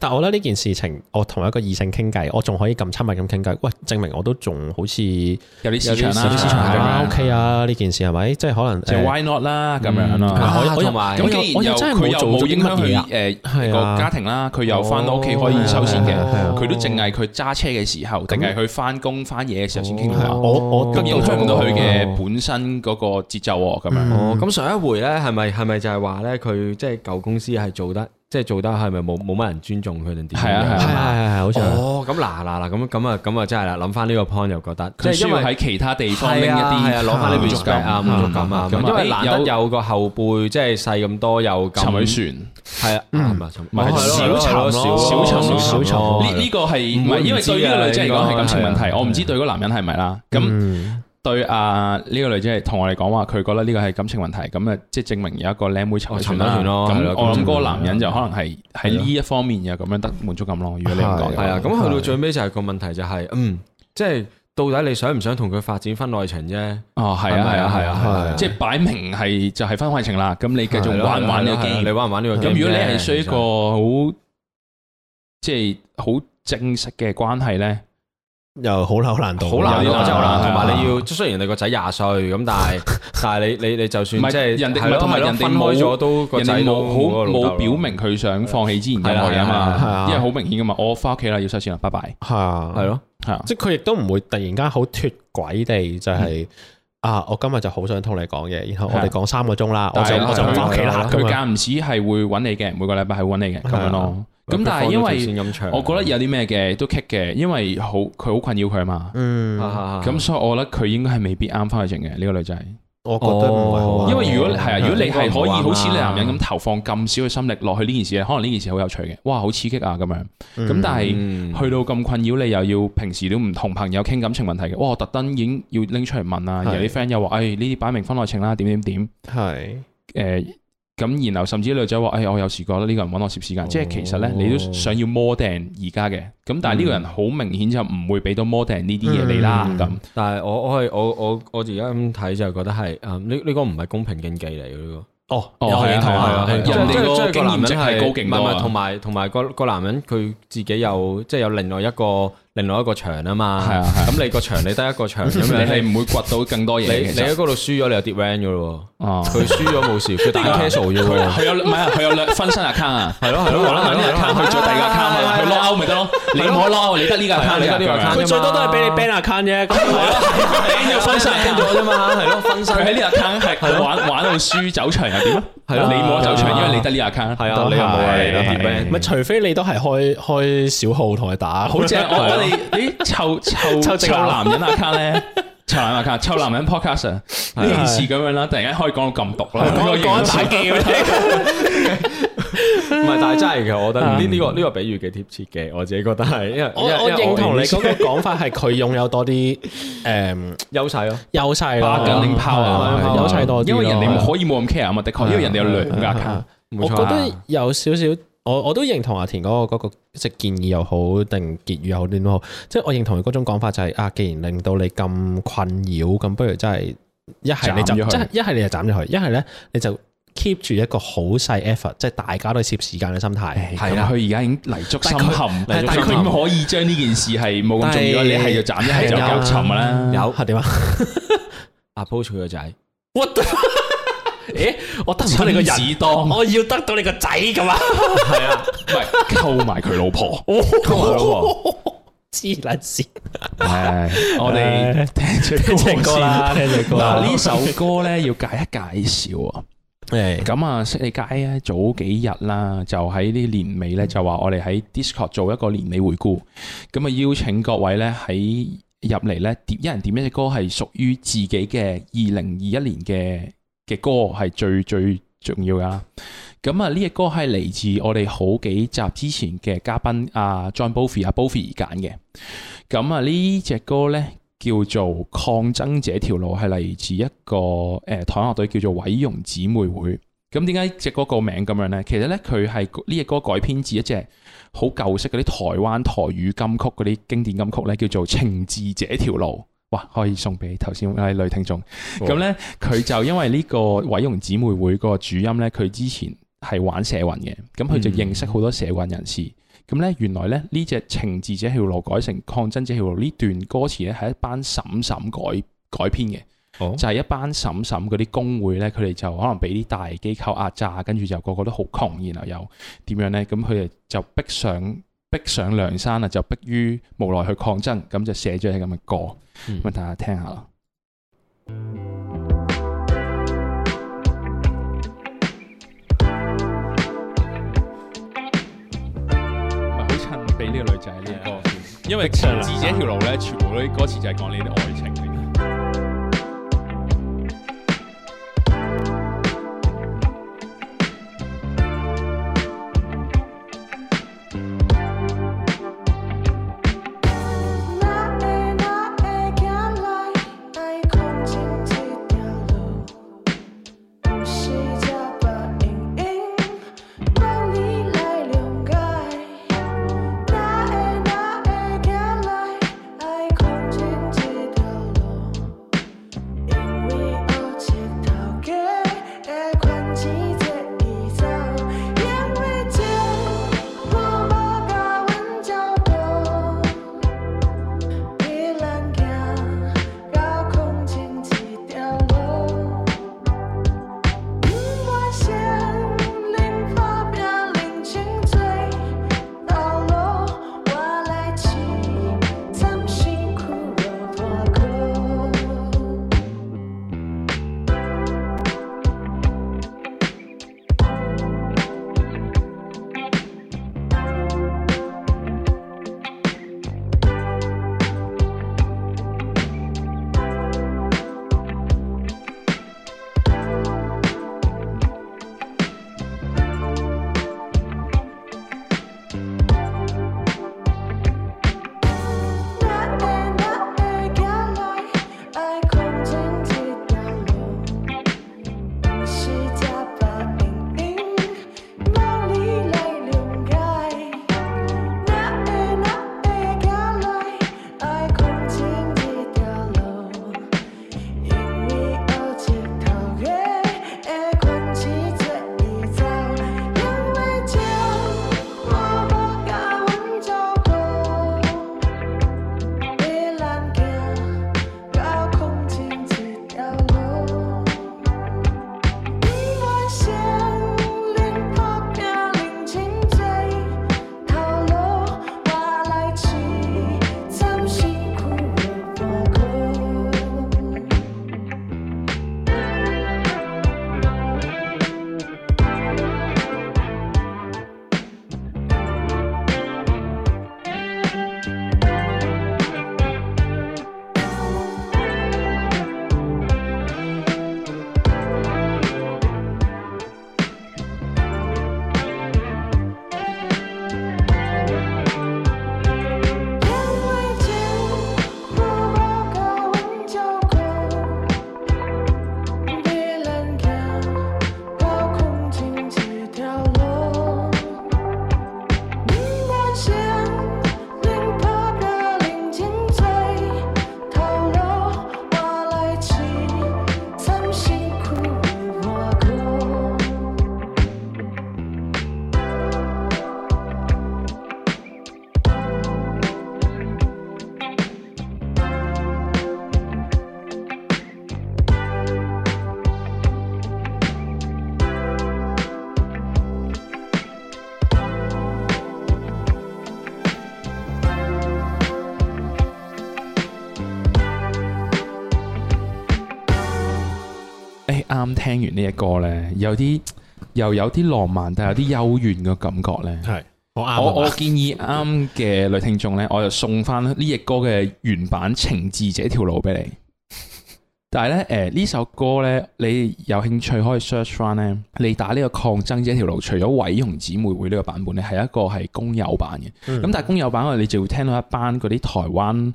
但係我覺得呢件事情，我同一個異性傾偈，我仲可以咁親密咁傾偈，喂，證明我都仲好似有啲市場啦，有啲市場啦咁樣，OK 啊，呢件事係咪？即係可能就誒 why not 啦咁樣嗯咯。啊啊我同埋我咁又既我然又又真係佢又做冇咗啲影響乜嘢啊佢誒係啊個家庭啦，佢又翻到屋企可以收錢嘅哦係啊係啊係啊，佢都淨係佢揸車嘅時候，定係佢翻工翻嘢嘅時候先傾係啊下。我我咁影響唔到佢嘅哦本身嗰個節奏喎，咁樣嗯哦，咁上一回咧，係咪係咪就係話咧，佢即係舊公司係做得，即係做得係咪冇冇乜人尊重佢定點樣？係啊係係係係係，好似係哦，咁嗱嗱嗱，咁咁啊咁啊，真係啦，諗翻呢個 point 又覺得，即佢係需因要為喺其他地方拎一係啊啲攞啲翻呢滿滿足足感感啊，滿足感啊，咁因為難得有有個後輩即係細咁多又咁沉水船。係啊，啱啊，沉唔係哦係小咯沉係咯咯小小沉沉咯小沉咯呢呢個係唔係唔因為對呢個女仔嚟講係感情問唔知啊呢題，個我唔知對嗰個男人係咪啦。咁嗯對啊呢個女仔同我哋講話，佢覺得呢個係感情問題，咁啊即係證明有一個靚妹沉咗船哦啦。沉咗船咯係咁咯我諗咁啊嗰個證明男人就可能係喺呢一方面又咁樣得滿足感咯。如果你咁講嘅係話，啊，咁去到最尾就係個問題就係，嗯，即係到底你想唔想同佢發展婚外情啫？哦係啊係啊係啊，係係啊即係擺明係就係婚外情啦。咁你繼係續咯玩唔玩呢個係咯啊係咯你啊 game？玩唔玩呢個 game 咁啫？如果你係需要一其個實好即係好正式嘅關係咧，又好啦，好難度，好難有咯，難真係係好啊難。同埋係啊你要，雖然你個仔廿歲咁，但 係但係你你你就唔算係即係人哋係咯唔係同埋係咯人哋分冇開咗都個人仔哋冇都好個老豆冇咯表明佢想放棄之前任何嘢啊係啊係啊係啊嘛，因為好明顯噶嘛，我翻屋企啦，要收線啦，拜拜，係啊係咯，係啊，即係佢亦都唔會突然間好脱軌地就係、嗯啊，我今日就好想同你講嘢，然後我哋講三個鐘啦，我啊但就係我就佢翻屋企啦。佢咁啊樣間唔時係會揾你嘅，每個禮拜係會揾你嘅咁樣咯。啊咁但係因為我覺得有啲咩嘅都棘嘅，因為好佢好困擾佢啊嘛。嗯，Ừ. 咁咁所以我覺得佢應該係未必啱翻去整嘅呢個女仔，我覺得唔係好嗯哦啱。因為如果係啊，係如果你係可以應該唔好玩啦好似你男人咁投放咁少嘅心力落去呢件事，可能呢件事好有趣嘅，哇，好刺激啊咁樣。咁但係去到咁困擾，你又要平時都唔同朋友傾感情問題嘅，哇！我特登已經要拎出嚟問啊，係有啲 friend 又話：，誒呢啲擺明婚外情啦，點點點。嗯係誒咁，然後甚至女仔話：，誒我有時覺得呢個人揾我攝時間，即係其實咧，哦你都想要 more than 而家嘅，咁但係呢個人好明顯就唔會俾到 more than 呢啲嘢你啦，嗯咁但係我我係我我我而家咁睇就覺得係誒呢呢個唔係公平競技嚟嘅呢個。哦，哦有係啊認同係啊啊，係啊認人同哋啊即係個經驗值係高勁多啊唔係唔係同埋同埋個個男人佢自己有即係有另外一個另外一個場啊嘛。係啊係啊咁你個場你得一個場咁你係樣，你唔會掘到更多嘢你嘅。你喺嗰度輸咗，你有跌 van 噶咯哦喎。佢輸咗冇事，佢打 Dạ. casual 啫喎。佢有唔係啊？佢有兩分身 account 啊，係咯係咯攞係呢咯個 account 去做第二個 account 啊，係佢咯係咯 low 咪得咯，你唔好 low，你得呢個 account，你得呢個 account 佢最多都係俾你 ban account 啫，咁你要分身 Dạ. account 啫嘛，係咯，分身佢喺呢個 account 係玩玩到輸走場又點啊？係咯你冇得走場，因為你得呢個 account。係啊，都你又冇啊，係你都跌係 van 咪除非你都係開開小號同佢打，好 正！我覺得你啲臭臭啊臭直臭男男人 account 咧，臭男人 account，臭男人 podcast 啊，呢件事咁樣啦，突然間可以講到咁毒啦，講呢個講打機咁啊樣唔係，但係真係嘅，我覺得呢呢個呢個比喻幾貼切嘅，我自己覺得係，因為我因為我因為認同你以前嗰個講法係佢擁有多啲誒優勢咯，優勢咯， bargaining power 啊係優勢多啲咯，因為人哋係啊可以冇咁 care 啊嘛，的確，因為人哋有兩個 account。冇我錯覺啊得有少少，我我都認同阿田嗰、個嗰、個即係建議又好，定結語又好點都好，即係我認同佢嗰種講法就係、啊，既然令到你咁困擾，咁不如真係一係你就斬咗佢即係一係你就斬咗佢，一係咧你就 keep 住一個好細 effort，即係大家都係攝時間嘅心態。啊係啊啦，佢而家已經泥足深陷，但但係佢係佢唔可以將呢件事係冇咁重要，但係你係就斬，一係就係啊夾沉啦。有係點啊 approach 佢個仔， ？What the- 咦，我得唔到你個親人，子當我要得到你個仔咁啊！ 係啊，唔係溝埋佢老 婆。溝埋老婆黐撚線，唉，我哋聽 聽隻隻歌啦，聽隻歌啦嗱，。呢首歌咧要介一介紹啊。誒咁啊，悉利街咧早幾日啦，就喺呢年尾咧就話我哋喺 Discord 做一個年尾回顧，咁啊邀請各位咧喺入嚟咧點一人點一隻歌係屬於自己嘅二零二一年嘅嘅歌係最最重要噶啦。咁啊呢只歌係嚟自我哋好幾集之前嘅嘉賓啊 John Bovey 啊 Bovey 揀嘅。咁啊呢只歌咧。叫做抗爭者條路係嚟自一個誒、呃台灣樂隊叫做毀容姊妹會，咁點解只歌個名咁樣呢？其實呢，佢係呢只歌改編自一隻好舊式嗰啲台灣台語金曲嗰啲經典金曲呢，叫做《情字這條路》。哇！可以送俾頭先嗰位女聽眾。咁呢，佢就因為呢個毀容姊妹會個主音呢，佢之前係玩社運嘅，咁佢就認識好多社運人士。咁呢，原來呢，呢隻《情字這條路》改成《抗爭這條路》呢段歌詞呢，係一班嬸嬸改改編嘅。就係一班嬸嬸嗰啲工會咧，佢哋就可能俾啲大機構壓榨，跟住就個個都好窮，然後又點樣咧？咁佢哋就逼上逼上梁山啊，就迫於無奈去抗爭，咁就寫咗啲咁嘅歌，咁啊、嗯大家聽下啦。咪好襯俾呢個女仔呢個歌，因為逼上梁自己條路咧，全部都啲歌詞就係講你啲愛情嚟嘅。那兒那兒趕來，愛空境這條路，呼吸着白影影，夢裡來了解。那兒那兒趕來，愛空境這條路。聽完呢一歌咧，有啲又有啲浪漫，但係有啲幽怨嘅感覺咧。系我啱啊我我我建議啱嘅女聽眾咧，我就送翻呢隻歌嘅原版《情字這條路》俾你。但係咧，誒、呢首歌咧，你有興趣可以 search 翻咧。你打呢個抗爭這條路，除咗毀容姊妹會呢個版本咧，係一個係公有版嘅。咁、但係公有版我哋就會聽到一班嗰啲台灣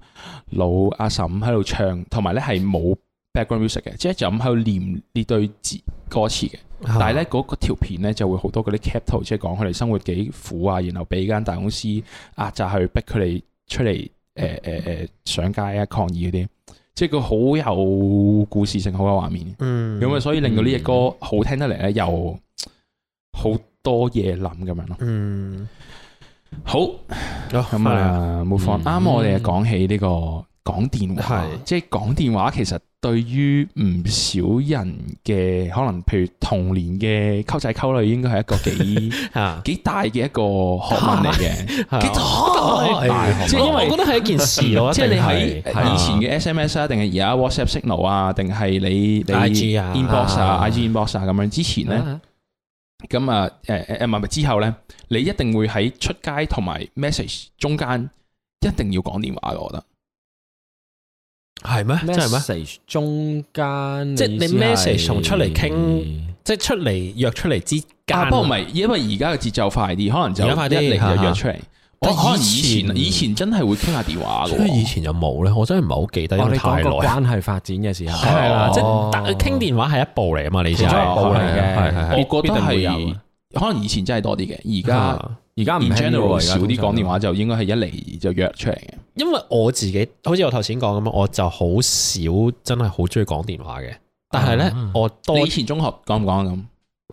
老阿嬸喺度唱，同埋咧係冇 background music 嘅，即係就咁喺度念呢對字歌詞嘅。但但係咧嗰嗰條片咧就會好多嗰啲 cap 圖，即係講佢哋生活幾苦啊，然後俾間大公司壓榨去逼佢哋出嚟誒誒誒上街啊抗議嗰啲，即係佢好有故事性，好有畫面。嗯咁啊、所以令到呢只歌好聽得嚟咧，又好多嘢諗咁樣咯。嗯好咁咁啊，冇放嗯啱我哋啊講起呢個講電話係，即係講電話其實對於唔少人嘅可能，譬如童年嘅溝仔溝女，應該係一個幾吓幾大嘅一個學問嚟嘅。 啊幾大大即係因為我覺得啊係一件事咯，即係係你喺係以前嘅 SMS 啊，定係而家 WhatsApp Signal 啊，定係你你 IG 啊 inbox 啊啊，IG inbox 啊咁樣之前咧。咁啊，誒誒誒，唔係唔係之後咧，你一定會喺出街同埋 message 中間一定要講電話嘅，我覺得。係啊咩？真係咩？ message 中間，即係你意思係 message 同出嚟傾即係出嚟約出嚟之間啊，不過唔係，因為而家嘅節奏快啲，可能就而家快啲一嚟就約出嚟。我但係可能以以前前以前真係會傾下電話嘅所以以喎。前有冇咧？我真係唔係好啊記得，因我為哋太講個耐。關係發展嘅時候，哦係啦，即係但係傾電哦話係一步嚟啊嘛，你知其中一步嚟嘅係係係我覺得必定會有係啊可能以前真係多啲嘅，而家啊而家唔 in 興喎 general 而家少啲講電通話，就應該係一嚟就約出嚟嘅。因為我自己好似我頭先講咁樣，我就好少真係好中意講電話嘅。嗯但係咧啊，我多你以前中學講唔講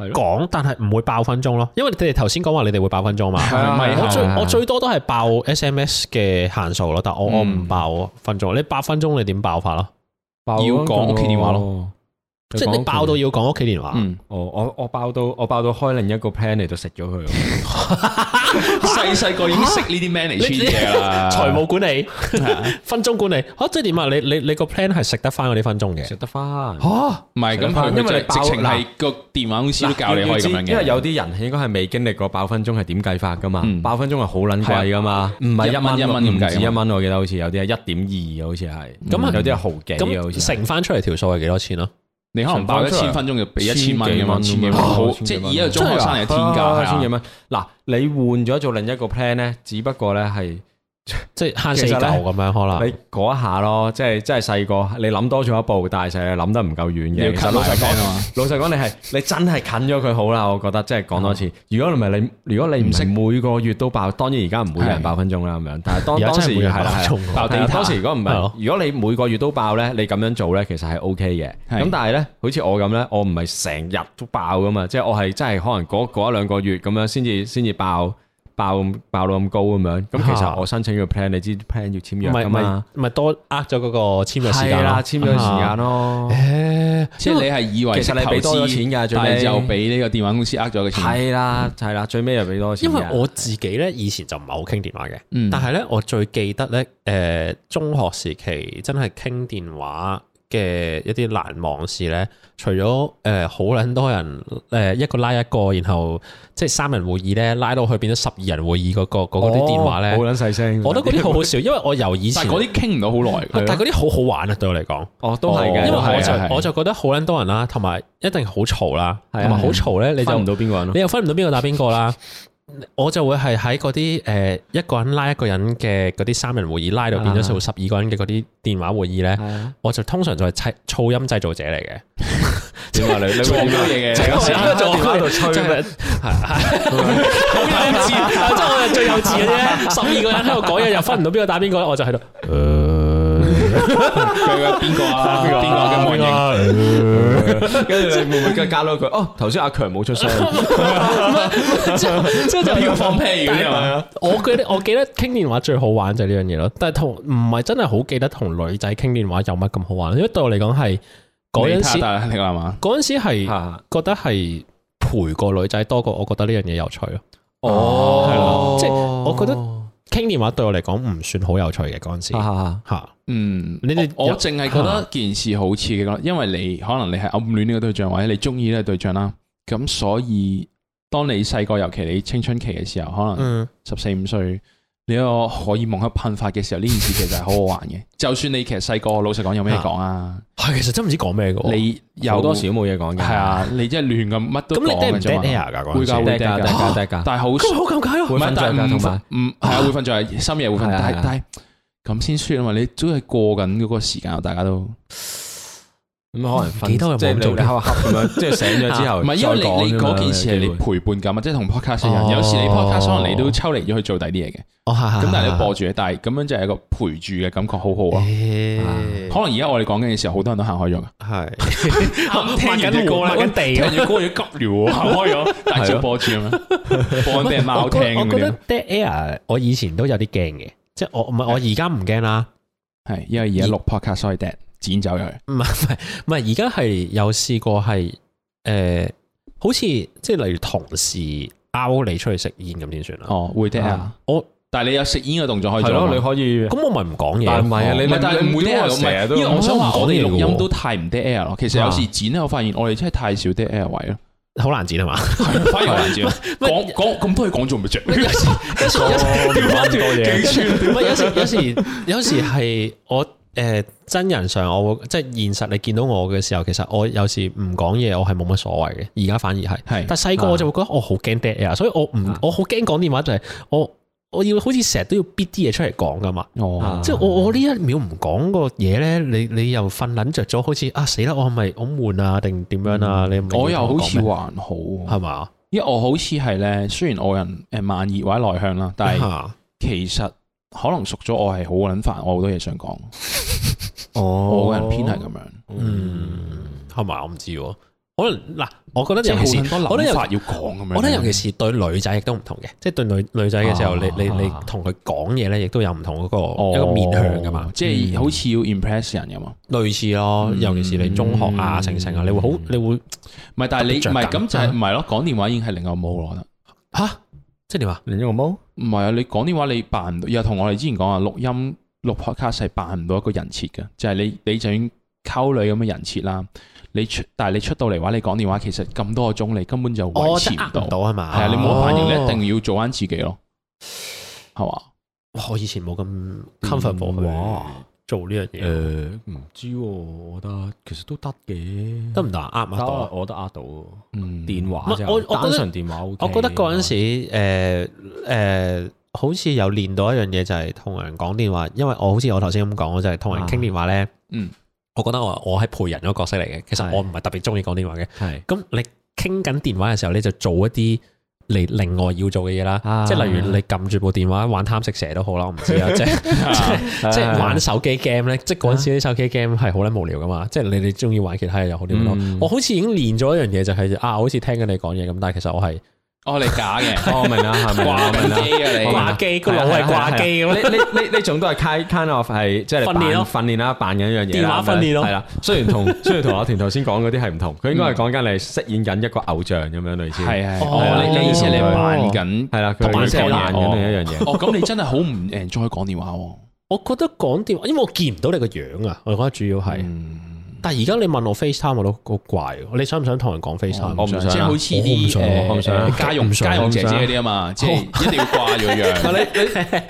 咁？講，但係唔會爆分鐘咯。因為你哋頭先講話你哋會爆分鐘嘛，常啊唔係係啊我最係啊嗯我最多都係爆 SMS 嘅限數咯，但我我唔爆分鐘。你爆分鐘你點爆法咯？爆要講屋企電話咯，即係你爆到要要講屋企啊電話，嗯，我哦我我爆到我爆到開另一個 plan 嚟到食咗佢 喎，細細個已經識呢啲 manage 你啲嘢 啦。財務管理、啊 分鐘管理，嚇即係點啊？你你你個 plan 係食得翻嗰啲分鐘嘅食得翻。嚇？唔係咁，食得佢飯因因為為你直情爆係個電話公司都教你可以咁樣嘅。因為有啲人應該係未經歷過爆分鐘係點計法噶嘛，嗯啊爆分鐘係好撚貴噶嘛，唔係一一蚊蚊一蚊咁計唔啊止一蚊，我記得好似有啲係一點二好似係，咁啊有啲係毫幾嘅好似咁係。乘翻出嚟條數係幾多錢咯？你可能爆一千分鐘就俾一千蚊咁嘛，千千幾幾蚊，蚊好千幾蚊即係而家中學生嚟嘅天價係啊千啊幾蚊。嗱，你換咗做另一個 plan 咧，只不過咧係即係慳四其實嚿呢咁樣啊可能你。嗰一下咯，即係即係細個，你諗多咗一步，但係成日諗得唔夠遠你要嘅。其 cut 實老埋實佢講，啊嘛。老實講，你係你真係近咗佢好啦，我覺得即係講多啊次。如果唔係你，如果你唔識每個月都爆，當然而家唔會有係人爆分鐘啦咁樣。但 係而當家當真係時每係人啦係啦爆鐘喎爆爆但 data 係當時如果唔係咯係，如果你每個月都爆咧，你咁樣做咧，其實係 O K 嘅。係咁但係咧，好似我咁咧，我唔係成日都爆噶嘛，即係我係真係可能嗰嗰一兩個月咁樣先至先至爆爆咁爆到咁高咁樣。咁其啊實我申請個 plan，你知 plan 要簽唔約係噶唔嘛係。唔係多呃咗嗰個簽約時係間啊啦，簽咗時間咯，間。誒，即係你係以為其實你啊俾多咗錢㗎最但尾係就俾呢個電話公司呃咗嘅錢。係啦，係啦，最尾又俾多錢因㗎。為我自己咧以前就唔係好傾電話嘅，嗯但係咧我最記得咧，誒、中學時期真係傾電話嘅一啲難忘事咧，除咗誒好撚多人誒、一個拉一個，然後即係三人會議咧拉到去變咗十二人會議嗰、個嗰啲電話咧，哦好撚細聲，我覺得嗰啲好好 笑，因為我由以但前係嗰啲傾唔到好耐但㗎。係嗰啲好好玩啊，對我嚟講。 哦都係哦嘅，因為我係啊係啊就我就覺得好撚多人啦，同埋一定好嘈啦，係啊同埋好嘈咧，你你就就唔到邊個人咯你。又分唔到邊個打邊個啦。我就會係喺嗰啲誒一個人拉一個人嘅嗰啲三人會議拉到變咗做十二個人嘅嗰啲電話會議咧，我就通常就係砌噪音製造者嚟嘅，點啊你？你做好多嘢嘅就係啊成啊日喺做電話度吹即係咩？好幼稚，啊即係我係最幼稚嘅啫。十二個人喺度講嘢又分唔到邊個打邊個咧，我就喺度佢嘅邊個啊？邊個嘅模型？ 跟住你會唔會加多一句？哦，頭先阿強冇 出聲，之後之後就要放屁嗰啲係咪？我記得我記得傾電話最好玩就係呢樣嘢咯，但係同唔係真係好記得同女仔傾電話有乜咁好玩，因為對我嚟講係嗰你陣睇下時大家聽啦係嘛？嗰陣時係嚇覺得係陪個女仔多過我覺得呢樣嘢有趣咯。哦係啦即係我覺得傾電話對我嚟講唔算好有趣嘅嗰陣時啊哈哈哈嚇，嗯，你哋我有我淨係覺得件事好刺激咯，因為你可能你係暗戀呢個對象，或者你中意呢個對象啦。咁所以，當你細個，尤其你青春期嘅時候，可能嗯十四五歲，你個荷爾蒙一噴發嘅時候，呢件事其實係好好玩 嘅。就算你其實細個，老實講有咩講啊？係其實真唔知講咩嘅喎。你有好多時都冇嘢講嘅。係，啊，你真係亂咁乜都咁你講 dead 唔嘅啫哎 dead 嘛。 air 㗎會嗰陣時㗎會低價㗎低價低價，但係好咁咪好尷尬咯。會唔係，瞓但着係㗎，唔同埋唔係啊，會瞓着，深夜會瞓，係啊但係係啊但係咁先算啊嘛！你都係過緊嗰個時間啊，大家都。咁可能瞓幾多人即係冇做你你瞌 下瞌咁樣，即係醒咗之後啊唔係因為你你再講咁樣嗰件事係你有機陪會伴㗎嘛，即係同 podcast 一哦樣。有時你 podcast 可能你都抽離咗去做第啲嘢嘅，哦，咁咁但啊係你播住嘅，但係咁樣就係一個陪住嘅感覺，好好啊！誒可能而家我哋講緊嘅時候，好多人都行開咗㗎。 係聽完隻歌 抹抹緊地聽完隻歌要急尿， 行開咗，但係照播住咁樣，播緊俾人貓聽我咁覺得樣。 dead air 我以前都有啲驚嘅，即係我唔係我而家唔驚啦。係因為而家錄 podcast 所以 dead 剪走咗佢。唔係唔係唔係，而家係有試過係誒、呃好似即係例如同事 out 你出去食煙咁先算啦。哦，會 dead 啊啊！我但係你有食煙嘅動作可以係做啊咯，嘛你可以咁我咪唔講但唔嘢。係啊，你唔係，但係唔會 dead 啊我成日咁都咪因為我想話，我哋錄音都講嘢太唔 dead air 咯。其實有時剪咧，我發現我哋真係太少 dead air 位咯。好難剪係嘛？ 反而我啊難接。 講講咁多嘢講做乜 啫？唔 係咁多嘢，有 時有時有時係我誒、呃真人上我會即係現實你見到我嘅時候，其實我有時唔講嘢，我係冇乜所謂嘅。而家反而係，係啊但細個我就會覺得我好驚 dead air，所以我唔我好驚講電話就係我我要好似成日都要逼啲嘢出嚟講噶嘛。哦，即係我我呢一秒唔講個嘢咧，你你又瞓撚着咗，好似啊死啦！我係咪好悶啊？定點樣啊？你唔嗯我又好似係還好，嘛？因為我好似係咧，雖然我人誒慢熱或者內向啦，但係嚇其實可能熟咗我係好撚煩，我好多嘢想講，哦，我個人偏係咁樣，嗯係嘛？我唔知喎，可能嗱，我覺得即係尤其好是多我覺得諗尤法要講咁樣。我覺得尤其是對女仔亦都唔同嘅，即係對女女仔嘅時候，啊你你你同佢講嘢咧，亦都有唔同嗰哦個一個面向噶嘛嗯哦，即係好似要 impress 人啊噶嘛。類似咯。尤其是你中學啊、嗯成成啊，你會好你會唔係，但係你特別着啊唔係咁緊就係唔係咯？講電話已經係另外冇咯，我覺得。吓，即係點啊？另一個毛唔係啊，你講電話你扮唔到，又同我哋之前講啊，錄音錄 podcast 係扮唔到一個人設嘅，就係、你你就算溝女咁嘅人設啦，你出但係你出到嚟話你講電話，其實咁多個鐘你根本就我維持即係唔呃到，唔係到係嘛？啊，你冇得反應，你哦一定要做翻自己咯，係嘛？哇！哦我以前冇咁嗯 comfortable 去做呢樣嘢，誒唔知喎，我覺得其實都得嘅，得唔得啊？呃唔呃到啊？我覺得呃到嗯，電唔話係啫，我我覺得單純電話 O 我覺得嗰陣時，誒、誒、好似有練到一樣嘢，就係同人講電話。因為我好似我頭先咁講，我就係同人傾電話咧。嗯，我覺得我我係陪人嗰個角色嚟嘅。其實啊係我唔係特別中意講電話嘅。 係咁你傾緊電話嘅時候，你就做一啲你另外要做嘅嘢啦。啊即係例如你撳住部電話玩貪食蛇都好啦，我唔知 啊。即係即係即啊係玩手機 game 咧，即係嗰陣時啲手機 game 係好撚無聊噶嘛。即係你哋中意玩其他嘢又好啲咯。嗯我好似已經練咗一樣嘢，就係、啊，我好似聽緊你講嘢咁，但係其實我係。哦，你假嘅， 我明啦，係咪？掛我明緊啦。機我明啊啦掛機個腦係掛機咁係啊係啊係啊呢呢呢呢種都係 kind kind of 係即係訓練咯扮訓練啦，扮緊一樣嘢啦電話訓練咯係啦。雖然同雖然同阿田頭先講嗰啲係唔同，佢應該係講緊你飾演緊一個偶像咁樣類你，似。係係，哦哦，你你以前你扮緊，係啦，佢扮即係扮緊另一樣嘢。哦，咁你真係好唔 enjoy 講電話喎，我覺得講電話，因為我見唔到你個樣啊，我覺得主要係。嗯但係而家你問我 FaceTime 我都好怪喎，你想唔想同人講 FaceTime？我唔想哦啊即係好似啲我唔想啊誒家用唔想家用姐姐嗰啲啊嘛，即係 一定要掛哦咗樣。啊你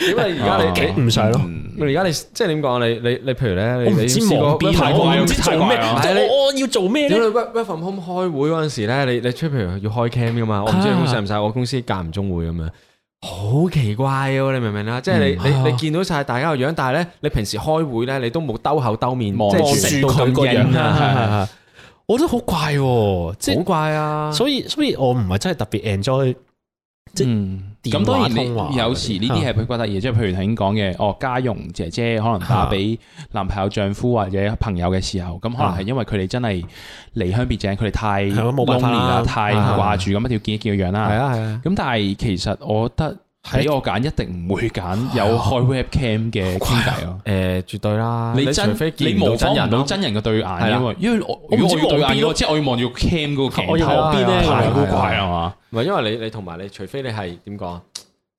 你因為而家你幾唔想咯，嗯你而家你即係點講？你你你譬如咧，我你唔你知試過望邊啊，太怪我唔知太做怪咩，啦即係我我要做 咩屌咧你？work work from home 開會嗰陣時咧，你你出譬如要開 cam 噶嘛，我啊唔知你公司使唔使，我公司間唔中會咁樣，好奇怪喎！你明唔明啊？即係嗯你你你見到晒大家個樣，但係咧你平時開會咧，你都冇兜口兜面，望即望係住到佢個樣型係係啊，係我覺得好怪喎，即好係怪啊！所以所以我唔係真係特別 enjoy 即係嗯電咁話當然通話你有時呢啲係佢覺得嘢，即係譬如頭先講嘅，哦，家用姐姐可能打俾男朋友、丈夫或者朋友嘅時候，咁可能係因為佢哋真係離鄉別井，佢哋太係咯冇辦法 lonely 啦啦，太啊掛住，咁一定要見一見個樣係啦。啊係啊，咁但係其實我覺得係俾我揀，一定唔會揀有開 webcam 嘅傾偈咯。誒絕對啦！你除真非你見唔模到仿唔真人到咯，真人嘅對眼係啦因為因為我我唔如知果我要對望邊咯眼嘅話，即係我要望住 cam 嗰個鏡頭，我要望邊咧太咁樣古怪係嘛？唔係因為你你同埋你除非你係點講啊？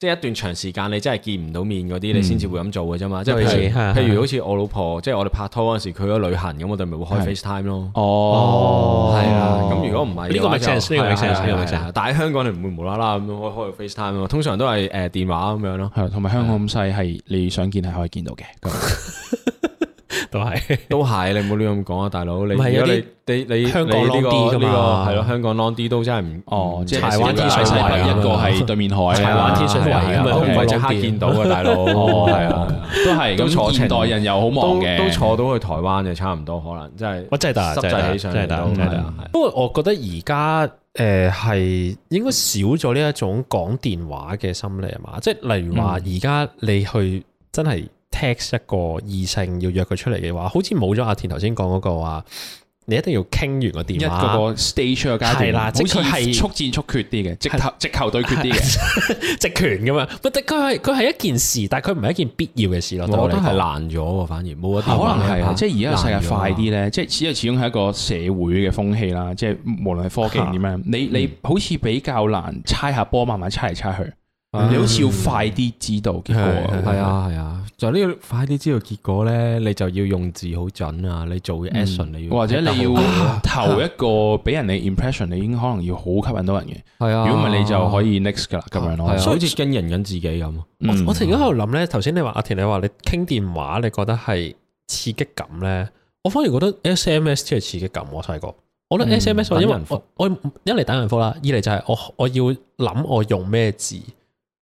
即係一段長時間你真係見唔到面嗰嗯啲，你先至會咁做嘅啫嘛。即係譬係如係譬係如好似我老婆，即係我哋拍拖嗰陣時，佢去旅行咁，我哋咪會開係 FaceTime 咯。哦，係啦，咁如果唔係呢個嘅話 make sense，就呢個 make 係啦 sense，呢個係啦啊 make 係啦 sense 但係香港你唔會無啦啦咁樣開開個 FaceTime 咯，通常都係誒電話咁樣咯，係啦，同埋香港咁細，係你想見係可以見到嘅。咁都係 都係你唔好亂咁講啊，大佬你唔係有如果啲你你你香港你呢個 long 啲㗎嘛呢個係咯，香港 long 啲都真係唔哦，即係柴灣天天水水圍圍一個啊係對面海，柴灣天水圍係啊啊嘛，唔係係啊即刻見到啊， 大佬，哦係啊，都係都坐咁現程代人又好忙都嘅，都坐到去台灣嘅差唔多，可能真係我真係得啊，濕真係滯得起上真嚟係得都真係係得啊，係。不過我覺得而家誒係應該少咗呢一種講電話嘅心理啊嘛，即係例如話嗯而家你去真係 text 一個異性要約佢出嚟嘅話，好似冇咗阿田頭先講嗰個話，你一定要傾完個一個電話。個 stage 嘅階段，係啦即係好佢似係速戰速決啲嘅，直頭直球對決啲嘅。 直權咁樣，不但佢係佢係一件事，但係佢唔係一件必要嘅事咯。對我我覺得嚟係講難咗喎，反而冇一可啲能係啊，難即係而家個世界快難咗啲咧，即係始始終係一個社會嘅風氣啦，即係無論係科技定點樣，你你好似比較難猜下波，慢慢猜嚟猜去，你好似要快啲知道結係果。 係啊係啊，就呢個快啲知道結果咧，你就要用字好準啊，你做嘅 action 你嗯要或者你係 要投一個俾人哋 impression，你已經可能要好吸引到人嘅。啊，如果唔係，你就可以 next 噶啦，咁樣係啊咯。好似經營緊自己咁。啊嗯我我突然間喺度諗咧，頭先你話阿田，你話你傾電話，你覺得係刺激感咧？我反而覺得 SMS 先係刺激感。我細個，我嗯覺得 SMS 我因為等人覆我我一嚟等人覆啦，二嚟就係我我要諗我用咩字，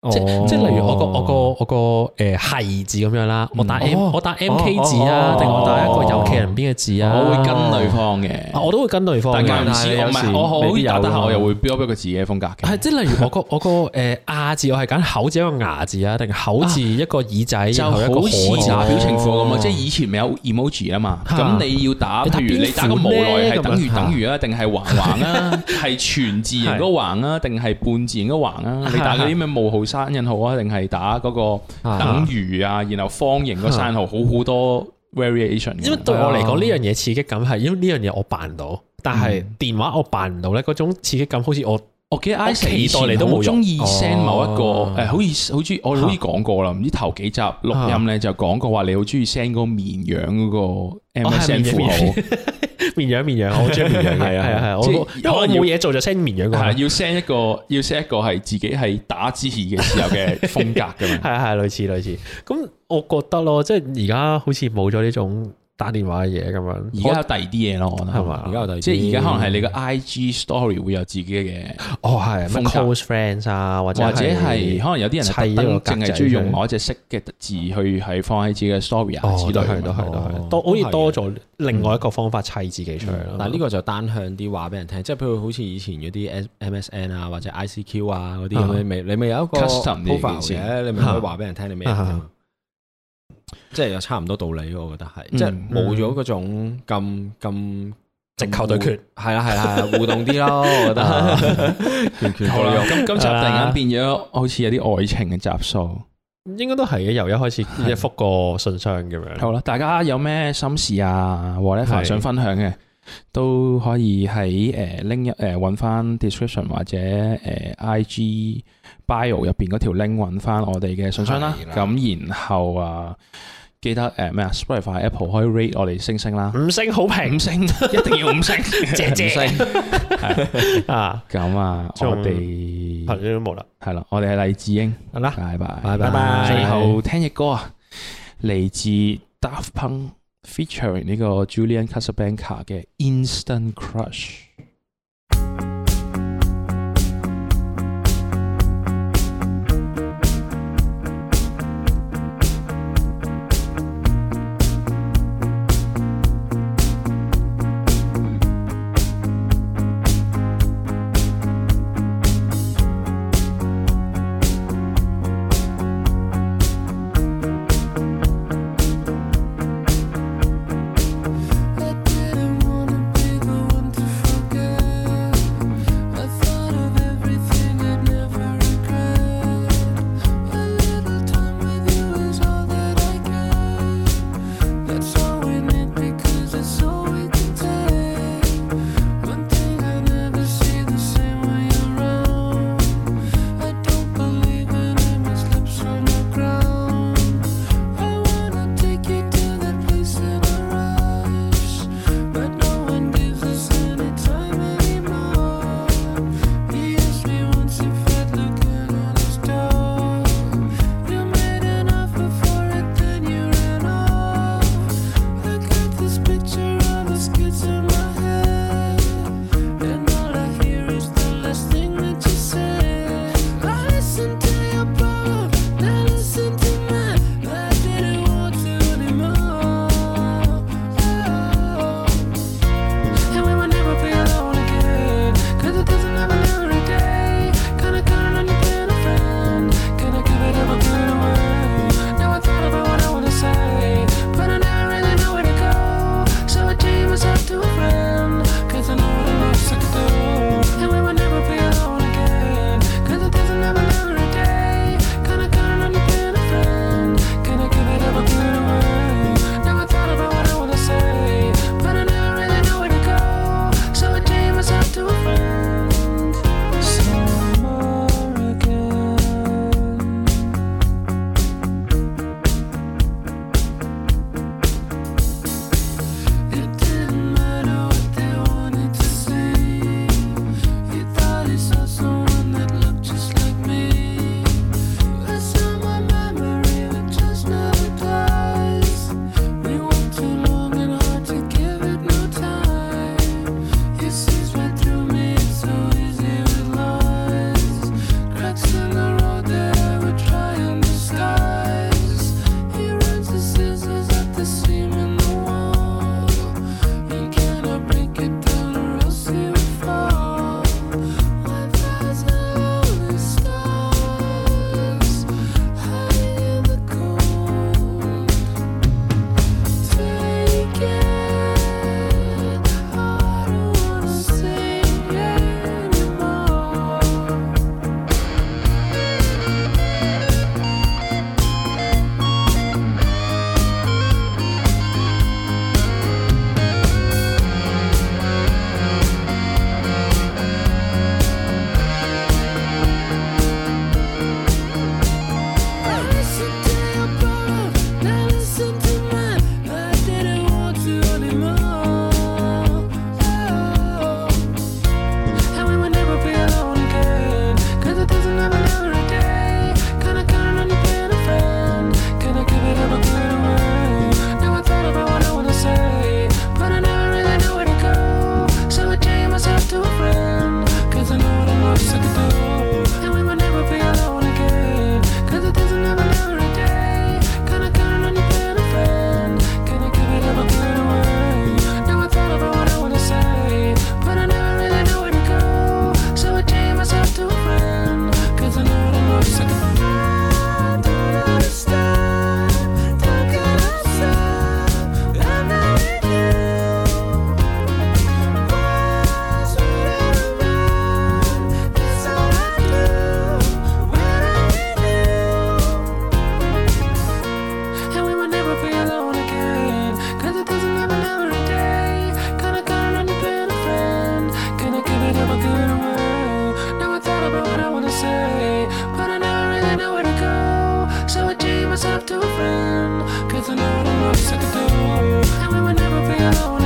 哦即哦即例如我個我個我個誒係字咁樣啦，嗯我打 M 哦我打 MK 字啊，定我打一個有企人邊嘅字啊，哦我會跟對方嘅，啊我都會跟對方但嘅。間唔時我唔哦但係有時係我好未必有打打下，㗎嘛我又會標一個自己嘅風格係嘅。即係例如我個 我個誒亞字，我係揀口字一個牙字啊，定口字一個耳仔， 就然後一個好似可字打啊表情符咁啊！即係以前咪有 emoji 啊嘛，嚇咁你要打，你打譬如你打個邊無款奈咧係等咁於樣等於啊，定係橫橫 啊，係全字形嗰個橫啊，定係半字形嗰個橫啊？你打嗰啲咩冒號、山引號啊，定係打嗰個等於啊，然後方形嗰個山號，好好多 variation 嘅。啊因為對我嚟講呢樣嘢刺激感係因為呢樣嘢我扮到，但係嗯電話我扮唔到咧，嗰種刺激感好似我 我記得 I 期待你都冇用中意 send 某一個哦誒，好似好似我好似講過啦，唔知頭幾集錄音咧就講過話你好中意 send 嗰個綿羊嗰哦個 MSN 符號，綿羊綿 羊，我好中意綿羊嘅，係啊係啊係啊，我即係因為我因為要冇嘢做就 send 綿羊過係啊去，啊要 send 一個要 send 一個係自己係打字嘅時候嘅風 格咁樣。係啊係啊類似類似。咁我覺得咯，即係而家好似冇咗呢種打電話嘅嘢咁而樣，家有第二啲嘢咯，我覺得係嘛而家有第二啲即係而家可能係你個 IG story 會有自己嘅，哦係咩風格 close friends 啊，或者或者係可能有啲人係特登淨係中意用某一隻色嘅字去係放喺自己嘅 story 啊之哦，嗯類都咁係樣。都係都係，哦多好都係似嘅多咗另外一個方法砌自己出嚟啊咯。但係呢個就單向啲話俾人聽，即係譬如好似以前嗰啲 MSN 啊或者 ICQ 啊嗰啲咁，啊你咪你咪有一個 Custom 啲 profile 件嘅，你咪可以話俾人聽你咩人㗎嘛即係又差唔多道理咯，我覺得係，即係冇咗嗰種咁咁直球對決，係啊啦係啦，係啦互動啲咯，我覺得拳拳好 到啦肉，咁今集突然間變咗好似有啲愛情嘅集數。應該都係嘅，由一開始一覆個信箱咁樣。好啦，大家有咩心事啊，whatever 係想分享嘅，都可以喺誒 link 誒揾翻 description 或者誒、呃 IG bio 入邊嗰條 link 揾翻我哋嘅信箱啦係。啦咁然後啊，記得誒咩啊，Spotify、Apple 可以 rate 我哋星星啦，五星好五評，星一定要 五星。謝謝啊！咁啊，仲我哋朋友都冇啦，係啦，我哋係黎智英，好啦，拜拜拜。拜最後聽嘅歌啊，嚟自 Daft Punk featuring 呢個 Julian Casablanca 嘅 Instant Crush。 I didn't wanna be the one to forget Oh. to a friend. Cause I know the most I could do. And we would never be alone.